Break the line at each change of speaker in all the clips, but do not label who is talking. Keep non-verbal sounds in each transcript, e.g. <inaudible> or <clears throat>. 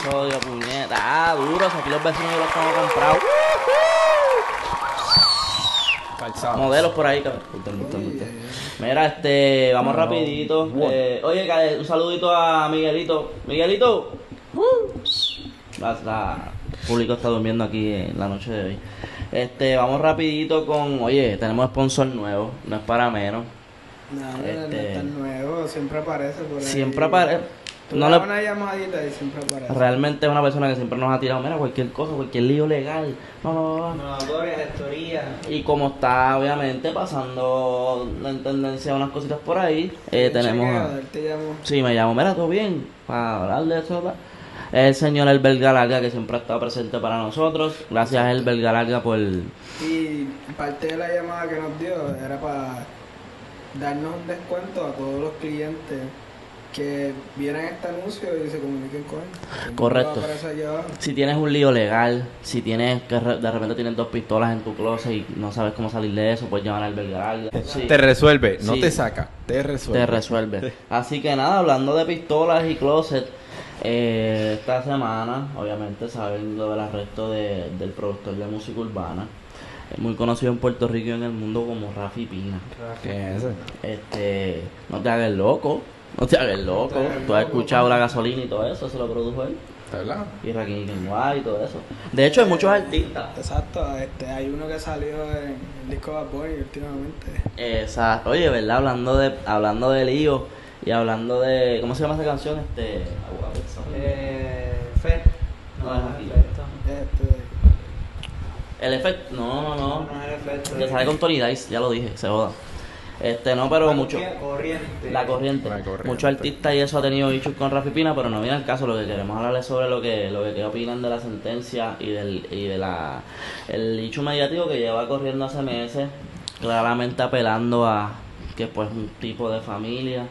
episodio, puñeta. Ah, duros, aquí los vecinos yo los tengo comprado.
Calzado.
Modelos por ahí, cabrón. Puntón, puntón, puntón. Mira, este, vamos
No.
rapidito.
What?
Eh, oye, ca- un saludito a Miguelito. Miguelito. La, la- el público está durmiendo aquí en la noche de hoy. Este, vamos rapidito con, oye, tenemos sponsor nuevo, no es para menos.
No, no, no
Este-
es tan nuevo, siempre aparece por ahí.
Siempre aparece.
Tú
No
le das
le-
una llamadita y siempre aparece.
realmente es una persona que siempre nos ha tirado, mira, cualquier cosa, cualquier lío legal. No, no, no, no.
No, Gloria, gestoría.
Y como está obviamente pasando la tendencia unas cositas por ahí, eh, tenemos a-
Chequeo, él te llamó.
Sí, me llamo, mira, todo bien, para hablar de eso. pa. El señor Elber Galarga, que siempre ha estado presente para nosotros. Gracias, Elber Galarga, por.
Y parte de la llamada que nos dio era para darnos un descuento a todos los clientes que vieran este anuncio y se comuniquen con él.
Correcto.
Aparece allá abajo.
Si tienes un lío legal, si tienes que re- de repente tienes dos pistolas en tu closet y no sabes cómo salir de eso, puedes llamar a Elber Galarga. Sí,
Te resuelve, no
Sí.
te saca, te resuelve.
te <laughs> resuelve. Así que nada, hablando de pistolas y closet, eh, esta semana, obviamente, saben lo del arresto de- del productor de música urbana, muy conocido en Puerto Rico y en el mundo como Rafi Pina.
¿Qué es eso?
Este, no te hagas el loco, no te hagas el loco.
hagas el
Tú has
loco,
escuchado la gasolina y todo eso, se lo produjo él.
¿Está hablando?
Y Rakim Kenway y todo eso. Eh, De hecho, hay muchos artistas.
Exacto, este, hay uno que salió en el disco Bad Bunny últimamente.
Esa, oye, ¿verdad? Hablando de, hablando de lío y hablando de. ¿Cómo se llama esa canción? Este.
Fe.
No, es aquí.
Este,
El efecto. No, no, no.
es el efecto.
Que sale con Tony Dice, ya lo dije, se joda. Este, no, pero mucho.
Corriente.
La corriente.
La corriente.
Muchos artistas y eso ha tenido issues con Rafi Pina, pero no viene al caso. Lo que queremos hablar es sobre lo que, lo que qué opinan de la sentencia y del y de la el hecho mediático que lleva corriendo hace meses, claramente apelando a que pues un tipo de familia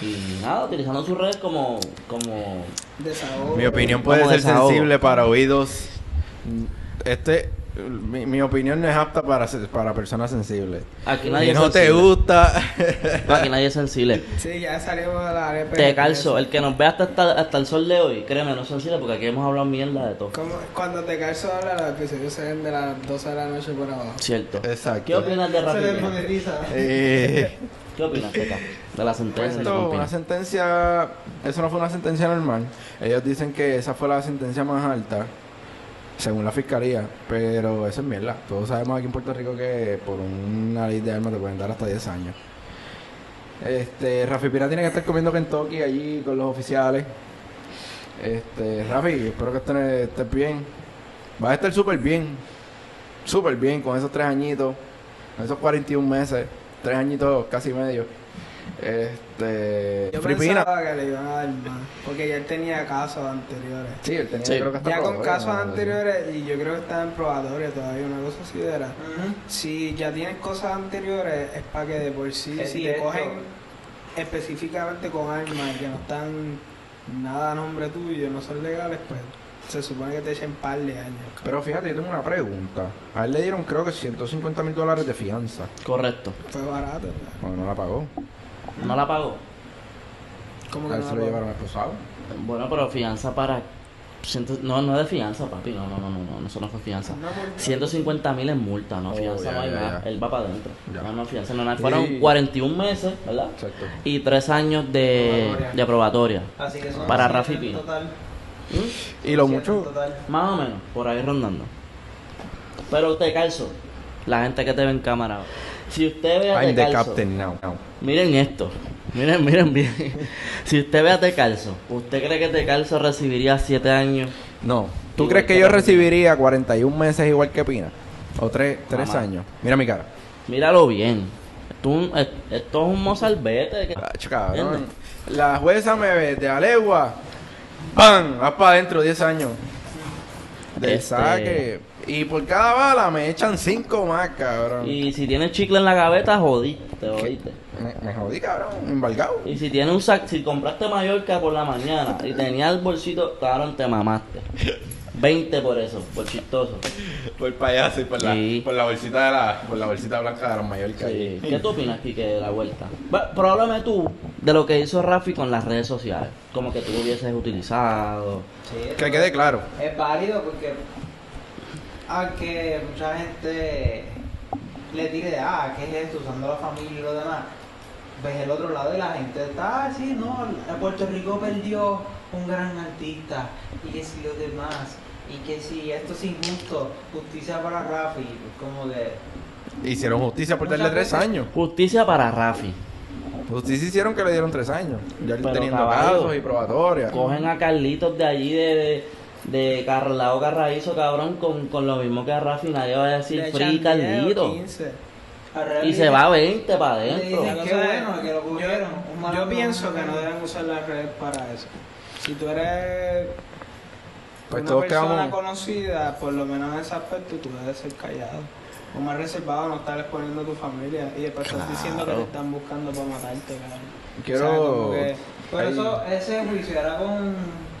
y nada, utilizando sus redes como como
desahogo.
Mi opinión puede
Como
ser
desahogo.
sensible para oídos. Este, mi, mi opinión no es apta para, se- para personas sensibles.
aquí nadie
Y
es
no te
sensible.
gusta.
<laughs>
<laughs>
No, aquí nadie es sensible.
Sí, ya salimos de la arepa.
Te calzo, el que nos ve hasta, hasta, hasta el sol de hoy, créeme, no es sensible porque aquí hemos hablado mierda de todo.
Como- cuando te calzo habla, los episodios se ven de las 12 de la noche por abajo.
Cierto.
Exacto.
¿Qué opinas de Rafi
Se
Pina?
desmonetiza.
Eh,
¿Qué opinas, Teca? De la sentencia de
esto, una sentencia. Eso no fue una sentencia normal. Ellos dicen que esa fue la sentencia más alta, según la fiscalía. Pero eso es mierda. Todos sabemos aquí en Puerto Rico que por una ley de armas te pueden dar hasta 10 años. Este, Rafi Pina tiene que estar comiendo Kentucky allí con los oficiales. Este, Rafi, espero que estés, estés bien. Vas a estar súper bien. Súper bien con esos tres añitos. Con esos 41 meses. Tres añitos casi medio. Este.
Yo
Free Pina.
pensaba que le iban a dar más, porque ya él tenía casos anteriores.
Sí, él tenía
Sí.
creo que hasta
Ya con
probatoria,
casos
¿no?
anteriores, y yo creo que está en probatoria todavía, una cosa así era. Si ya tienes cosas anteriores, es para que de por sí,
Es
si te
directo.
cogen específicamente con armas que no están nada a nombre tuyo, no son legales, pues se supone que te echen par de años.
Pero fíjate, yo tengo una pregunta. A él le dieron creo que 150 mil dólares de fianza.
Correcto.
Fue barato. ¿verdad?
Bueno, no la pagó.
No la pagó.
Como
A
que
él
no
Ah, se lo
la
llevaron esposado.
Bueno, pero fianza para. ciento- No, no es de fianza, papi. No, no, no, no, no, eso no fue fianza.
Una multa.
150 mil es multa, no
Oh,
fianza,
ya,
no hay
ya,
nada.
ya.
Él va para adentro.
Ya.
No, no, fianza, no, no. Fueron
Y-
41 meses, ¿verdad?
Exacto.
Y 3 años de
Probatoria.
de probatoria.
Así que son
Para
siete
Rafi
en
Pina.
total.
¿Mm?
Y lo
Siete en
mucho.
total.
Más o menos, por ahí rondando. Pero te calzo. La gente que te ve en cámara. Si usted ve a
I'm
Te
the
Calzo,
captain now. now.
Miren esto. Miren, miren bien. <laughs> Si usted ve a Te Calzo, ¿usted cree que Te Calzo recibiría 7 años?
No. ¿Tú
Igual
crees que
que
yo
Rafi.
recibiría 41 meses igual que Pina? O tres, tres
Mamá.
años. Mira mi cara.
Míralo bien. Tú- es- esto es un mozalbete. que-
Ah, cabrón.
¿Entiendes?
La jueza me ve de Alegua. ¡Pam! Vas para adentro 10 años. De
Este-
saque. Y por cada bala me echan 5 más, cabrón.
Y si tienes chicle en la gaveta, jodiste, jodiste.
Me, me jodí, cabrón. Embargado.
Y si tienes un sac, si compraste Mallorca por la mañana y tenías el bolsito, cabrón, te mamaste. 20 por eso, por chistoso.
Por payaso y por la,
Sí.
por la bolsita de la, por la bolsita blanca de la Mallorca.
Sí. ¿Qué tú opinas, Kike, de la vuelta? Bueno, probablemente tú de lo que hizo Rafi con las redes sociales. Como que tú hubieses utilizado.
Sí,
Que quede claro.
Es válido porque aunque mucha gente le tire de ah, ¿qué es eso? Usando la familia y lo demás, ves el otro lado y la gente está, ah, sí, no, Puerto Rico perdió un gran artista y que si los demás, y que si esto es injusto, justicia para Rafi, como de...
Hicieron justicia por darle
Muchas
tres
veces.
años.
Justicia para Rafi.
Justicia hicieron que le dieron tres años. Ya
Pero,
teniendo
caballo,
casos y probatorias.
Cogen a Carlitos de allí de, de, de Carlao Carraízo, cabrón, con, con lo mismo que a Rafi. Nadie va a decir
Le
free
echan
Carlitos.
10 o 15.
al revés,
Y se va a 20 para adentro.
Sí, sí. Qué bueno que lo cogieron, un
Yo,
malandro,
yo pienso
un
que no
malandro.
deben usar las redes para eso. Si tú eres
Pues
una
todos
persona
quedamos-
conocida, por lo menos en ese aspecto, tú debes ser callado. O más reservado, no estar exponiendo a tu familia. Y después estás diciendo que te están buscando para matarte, cabrón.
Quiero-
O sea, como que-
Por
Ahí.
eso ese juicio era con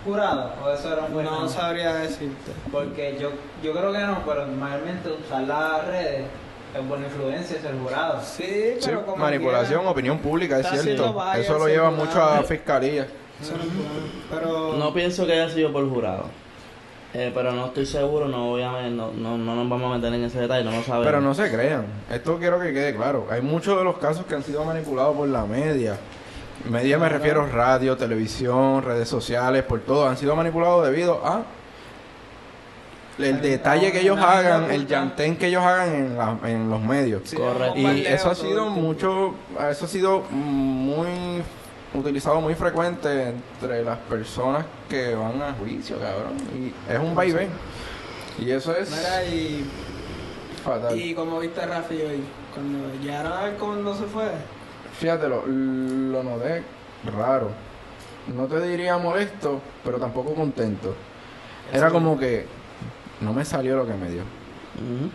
jurado, o eso era un juez
no
nada más?
sabría decirte.
Porque yo, yo creo que no, pero normalmente usar las redes es buena influencia, ser jurado.
Sí,
Sí,
pero como
manipulación,
quiera,
opinión pública, es
Está haciendo
cierto.
varias
Eso lo lleva
circulares.
mucho a fiscalía.
eso no es bueno. Pero
No pienso que haya sido por jurado. Eh, pero no estoy seguro, no, voy a, me- no, no, no nos vamos a meter en ese detalle, no lo sabemos.
Pero no se crean. Esto quiero que quede claro. Hay muchos de los casos que han sido manipulados por la media. Media me refiero radio, televisión, redes sociales, por todo. Han sido manipulados debido a el detalle que ellos hagan, el llantén que ellos hagan en, la- en los medios.
sí,
Correcto.
un
Y
bombardeo
eso ha
todo
sido
el tiempo.
mucho, eso ha sido muy utilizado muy frecuente entre las personas que van a juicio, cabrón. Y es un vaivén. Y eso es
Mira, y
fatal.
Y como viste a Rafi hoy, cuando llegaron a ver cómo no se fue,
Fíjate, lo, lo noté raro. No te diría molesto, pero tampoco contento. Era como que no me salió lo que me dio.
Ujú.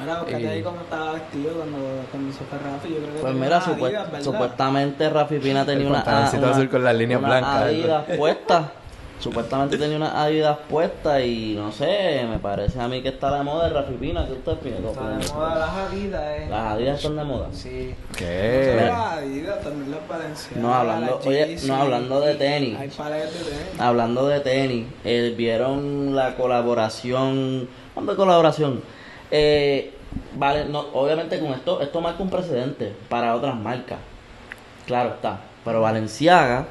mira, buscate
Y-
ahí cómo estaba vestido cuando, cuando se fue Rafi. Yo creo que
Pues
tenía
mira,
unas
supue-
Adidas, ¿verdad?
supuestamente Rafi Pina tenía
El
una,
pantaloncito azul con las líneas
una
blancas,
Adidas puesta. Supuestamente tenía una Adidas puesta y no sé, me parece a mí que está de moda el Rafi Pina, que usted piensa.
Está de moda las Adidas, eh.
Las Adidas están de moda.
Sí.
Pero
¿Qué?
las Adidas, también las Valencianas,
No, hablando-
las
oye,
Yeezy.
no, hablando de tenis.
Hay pares de tenis.
Hablando de tenis, eh, vieron la colaboración, ¿dónde colaboración? Eh, vale, no, obviamente con esto, esto marca un precedente para otras marcas. Claro está. Pero Valenciaga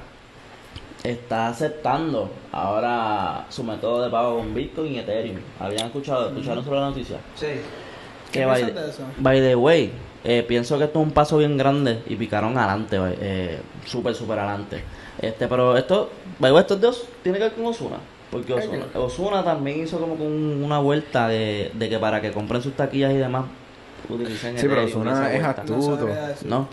está aceptando ahora su método de pago con Bitcoin y Ethereum. Habían escuchado, escucharon sobre la noticia.
Sí.
¿Qué
Que by,
piensas de eso?
by the way, eh, pienso que esto es un paso bien grande y picaron adelante, by- eh, súper, súper adelante. Este, pero esto, by the way, estos dos tiene que ver con Osuna. Porque Osuna, también hizo como que un- una vuelta de, de que para que compren sus taquillas y demás utilicen
Sí, pero
Ethereum y
Ozuna
esa
es
vuelta.
astuto.
No sabría decirte.
No.
No,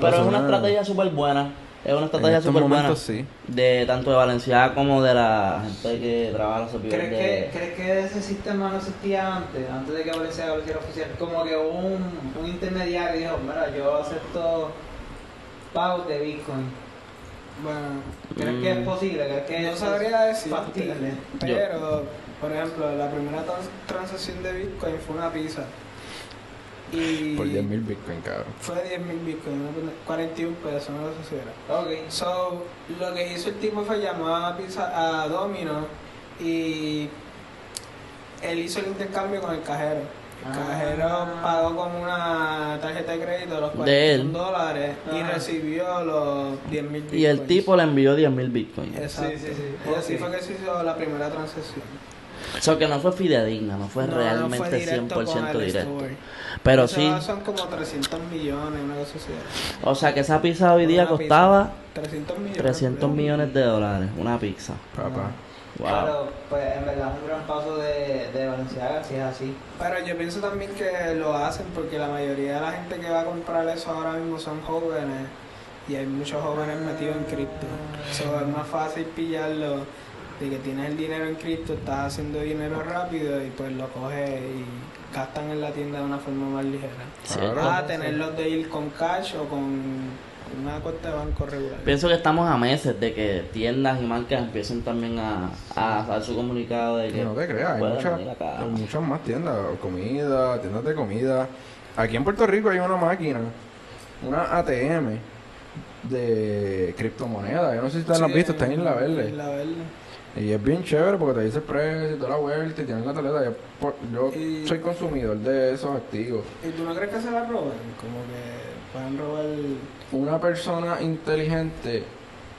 Pero es una
Ozuna-
estrategia súper buena. Es una estrategia
estos
súper buena.
momentos, sí.
De tanto de Valenciaga como de la gente que trabaja en los servidores
¿Crees
de-
que, ¿Crees que ese sistema no existía antes? Antes de que Valenciaga lo hiciera oficial. Como que hubo un, un intermediario dijo, mira, yo acepto pagos de Bitcoin.
Bueno,
¿Crees que
Mm.
es posible? ¿Crees que
no
eso
sabría
es
decir.
factible?
Pero, por ejemplo, la primera trans- transacción de Bitcoin fue una pizza. Y
Por 10 mil Bitcoin, cabrón.
fue 10 mil Bitcoin, una pende- 41 pesos, no lo sé si era.
Ok.
So, lo que hizo el tipo fue llamar a, Pizza, a Domino y él hizo el intercambio con el cajero. El
Ah.
cajero pagó con una tarjeta de crédito los
De él.
41 dólares y
Ajá.
recibió los 10 mil
Y el tipo le envió 10.000 bitcoins.
Exacto.
Sí, sí, sí.
Y así
Ok.
fue que se hizo la primera transacción.
O sea, que no fue fidedigna, no fue
No, no
realmente
fue directo con
100%
el
directo.
store.
Pero
O
sí,
sea, Son como 300 millones, una cosa así.
o sea, que esa pizza hoy día
Una
costaba
pizza. 300 millones.
300
creo.
millones de dólares, una pizza.
Papá.
Ah,
Wow.
Pero, pues, en verdad es un gran paso de, de Valenciaga, si es así.
Pero yo pienso también que lo hacen porque la mayoría de la gente que va a comprar eso ahora mismo son jóvenes y hay muchos jóvenes metidos en cripto. So, es más fácil pillarlo de que tienes el dinero en cripto, estás haciendo dinero rápido y pues lo coges y gastan en la tienda de una forma más ligera.
Sí.
Vas a tenerlos de ir con cash o con una cuenta de banco regular.
Pienso que estamos a meses de que tiendas y marcas empiecen también a, a hacer su comunicado de que
No te creas, hay,
pueden
muchas-
venir acá.
hay muchas más tiendas, comida, tiendas de comida. Aquí en Puerto Rico hay una máquina, una ATM, de criptomonedas. Yo no sé si ustedes lo han
Sí,
visto, está en la
en
verde.
La Verde.
Y es bien chévere porque te dice el precio y toda la vuelta y tienen la tarjeta. Yo, por- yo
Y-
soy consumidor de esos activos.
¿Y tú no crees que se la roben? Como que pueden
<laughs>
robar...
Una persona inteligente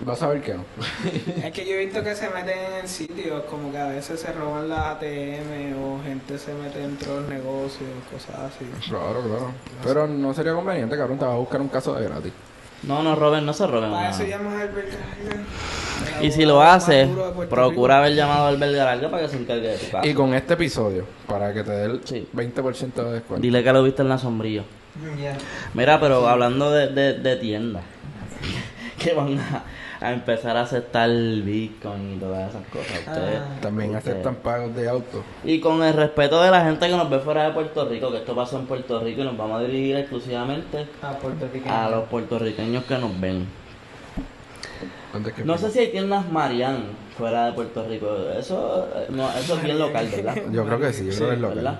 va a saber que no. <laughs>
es que yo he visto que se meten en sitios, como que a veces se roban las ATM o gente se mete dentro de los negocios, cosas así.
Claro, claro. Pero no sería conveniente, cabrón, te vas a buscar un caso de gratis.
No, no roben, no se roben.
Para
una-
eso llamas al Belgrano.
Ah. Y si lo haces, procura haber llamado al belga larga para que se encargue de tu casa.
Y con este episodio, para que te dé el
Sí.
20% de descuento.
Dile que lo viste en la sombrilla.
Ya.
Mira, pero hablando de, de, de tiendas, <laughs> que van a, a empezar a aceptar el Bitcoin y todas esas cosas. Ustedes,
Ah.
También
ustedes.
aceptan pagos de auto.
Y con el respeto de la gente que nos ve fuera de Puerto Rico, que esto pasa en Puerto Rico y nos vamos a dirigir exclusivamente
A puertorriqueño.
a los puertorriqueños que nos ven.
¿Dónde es que
No sé si hay tiendas Marian fuera de Puerto Rico. Eso, eh, no, eso es bien local, ¿verdad?
Yo creo que sí, yo creo que es local.
¿Verdad?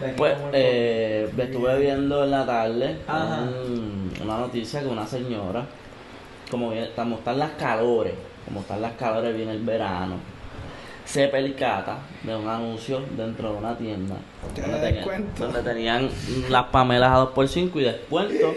Venimos
Pues
muy
eh, estuve viendo en la tarde
Ajá.
un- una noticia que una señora, como, bien- como están las calores, como están las calores, viene el verano, se percata de un anuncio dentro de una tienda.
Te
donde
da
tenía-
descuento.
donde tenían las pamelas a 2x5 y descuento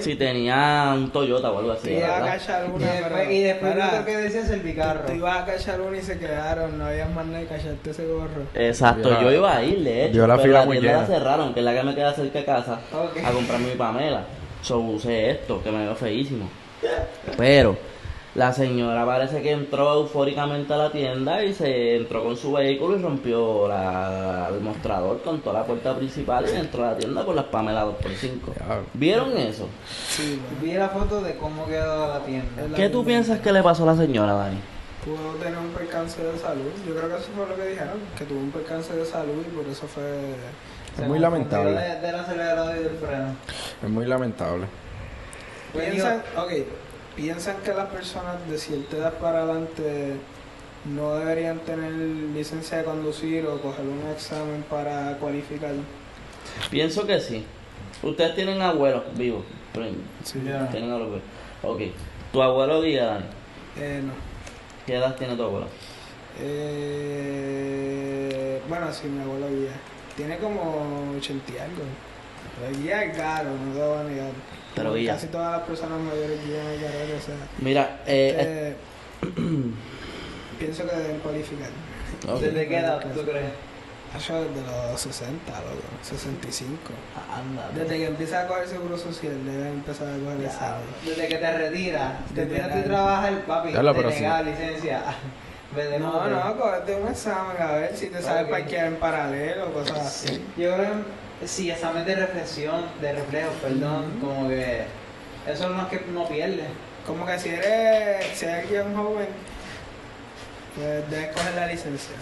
si tenía un Toyota o algo así.
Te iba a
¿verdad?
cachar
con-
una,
Y después,
pero-
y después
Mira,
lo que decías el bicarro.
Tú ibas a cachar una y se quedaron, no habías más nada de cacharte ese gorro.
Exacto,
Vio la-
yo iba a ir, de hecho,
vio la
pero
fila
la
muy
tienda la
llena.
cerraron, que es la que me queda cerca de casa,
Ok.
a comprar mi Pamela. So, usé esto, que me veo feísimo. Pero la señora parece que entró eufóricamente a la tienda y se entró con su vehículo y rompió la, el mostrador con toda la puerta principal y entró a la tienda con las Pamela 2x5.
Diablo.
¿Vieron eso?
Sí, mano.
Vi la foto de cómo quedó la tienda.
El-
¿Qué tú piensas que le pasó a la señora, Dani?
Pudo tener un percance de salud. Yo creo que eso fue lo que dijeron, que tuvo un percance de salud y por eso fue.
Se
muy
confundió
lamentable.
De, del acelerador y del freno.
Es muy lamentable.
Piensan, ok, piensan que las personas de cierta edad para adelante no deberían tener licencia de conducir o coger un examen para cualificar.
Pienso que sí. Ustedes tienen abuelos vivos. pero-
Ya.
Tienen a los güeyes. Ok. Tu abuelo guía, Dani.
Eh, no.
¿Qué edad tiene tu abuelo?
Eh, bueno, sí, mi abuelo guía. Tiene como 80 y algo. Pero guía es caro, no te lo voy a negar.
Pero
Como
guía.
Casi todas las personas mayores guían el carrera, o sea.
Mira, eh,
eh, <clears throat> pienso que deben cualificar.
eh, ok.
¿Desde qué edad tú crees?
Yo desde los 60, loco, 65.
Anda.
Desde que empieza a coger seguro social, debe empezar a coger el salario.
Desde que te retiras, te
Desde
empiezas a
la-
trabajar, papi,
Ya lo
te
pero sí.
negas licencia. <laughs> Vete,
No,
móvete.
no, cogerte un examen a ver si te sabes
Ok.
parquear en paralelo, cosas así.
Yo creo que sí, examen de reflexión, de reflejo, perdón, como que eso no es que no pierde.
Como que si eres, si eres guía un joven, pues debes coger la licencia.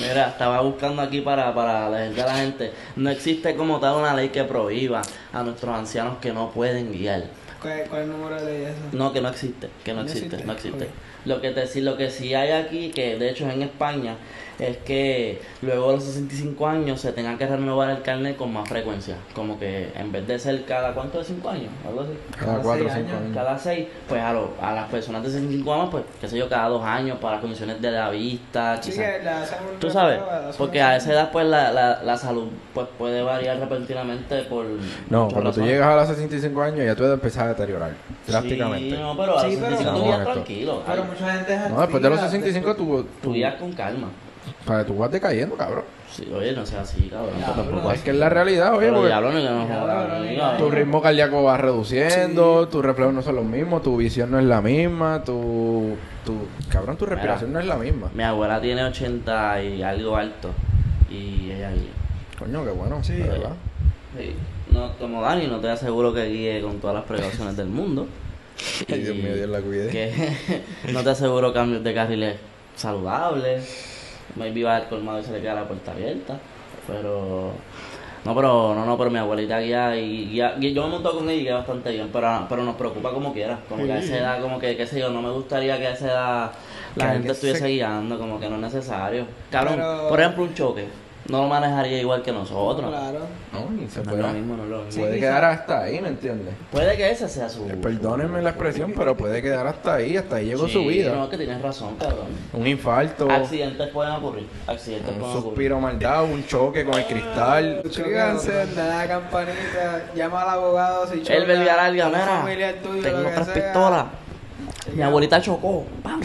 Mira, estaba buscando aquí para, para la gente, la gente. No existe como tal una ley que prohíba a nuestros ancianos que no pueden guiar.
¿Cuál, cuál número de ley es eso?
No, que no existe, que no,
No
existe,
existe.
no existe.
Ok.
Lo que te sí- lo que sí hay aquí, que de hecho es en España, es que luego de los 65 años se tenga que renovar el carnet con más frecuencia. Como que en vez de ser cada cuánto de 5 años, algo así.
Cada
Cada
4 o
seis
5
años,
años.
cada seis, pues a, lo- a las personas de 65 años, pues qué sé yo, cada dos años para condiciones de la vista,
Sí, eh,
quizás.
que la hacen un
Tú sabes,
reparo, la hacen
porque
un
a esa
examen.
edad pues la, la, la salud pues puede variar repentinamente por
No,
muchas
cuando tú
razones.
llegas a los 65 años ya tú empezar a deteriorar drásticamente.
Sí, no, pero a los
Sí, pero-
65 tú
No,
vivías
esto-
tranquilo.
Pero
ay,
mucha gente es
No, después de los
activa,
65 tú,
tú
tú,
vivías con calma.
para, tú vas decayendo, cabrón. Pues,
Sí, oye, no sea así, cabrón.
Ya,
pero tampoco
bro.
así.
Es que es la realidad, oye,
Pero
porque
diablo, no, yo no
Ya,
jodas,
bro,
amigo.
ya.
tu ritmo cardíaco va reduciendo, tus reflejos no son los mismos, tu visión no es la misma, tu, tu cabrón, tu respiración no es la misma.
Mi abuela tiene 80 y algo alto y ella guía.
Coño, qué bueno,
Sí.
de verdad.
Sí. No, como Dani, no te aseguro que guíe con todas las precauciones del mundo.
<laughs> Ay, Dios mío, Dios la cuide.
que <laughs> no te aseguro cambios de carriles saludables. Maybe va al colmado y se le queda la puerta abierta. Pero. No, pero no, no, pero mi abuelita guía y guía- guía- yo me monto con ella y guía bastante bien, pero, pero nos preocupa como quiera, como que a esa edad, como que, qué sé yo, no me gustaría que a esa edad la
Que
gente
alguien se-
estuviese guiando, como que no es necesario. Cabrón,
Pero-
por ejemplo, un choque, no lo manejaría igual que nosotros.
Claro.
No, y se
No es
puede,
lo mismo, no es lo mismo.
puede
Sí,
quedar
sí.
hasta ahí, ¿me entiendes?
Puede que ese sea su.
Eh, Perdónenme la expresión, pero puede quedar hasta ahí, hasta ahí llegó
Sí,
su vida.
No, que tienes razón, cabrón.
Un infarto,
Ah,
Accidentes pueden ocurrir. Accidentes
un
pueden
suspiro mal dado, un choque con el cristal.
Chóquense, da la campanita, llama al abogado si
ocurrir. El belga larga,
un
mira.
familiar tuyo,
Tengo
lo que
tres
sea.
pistolas. Mi abuelita chocó. Pam.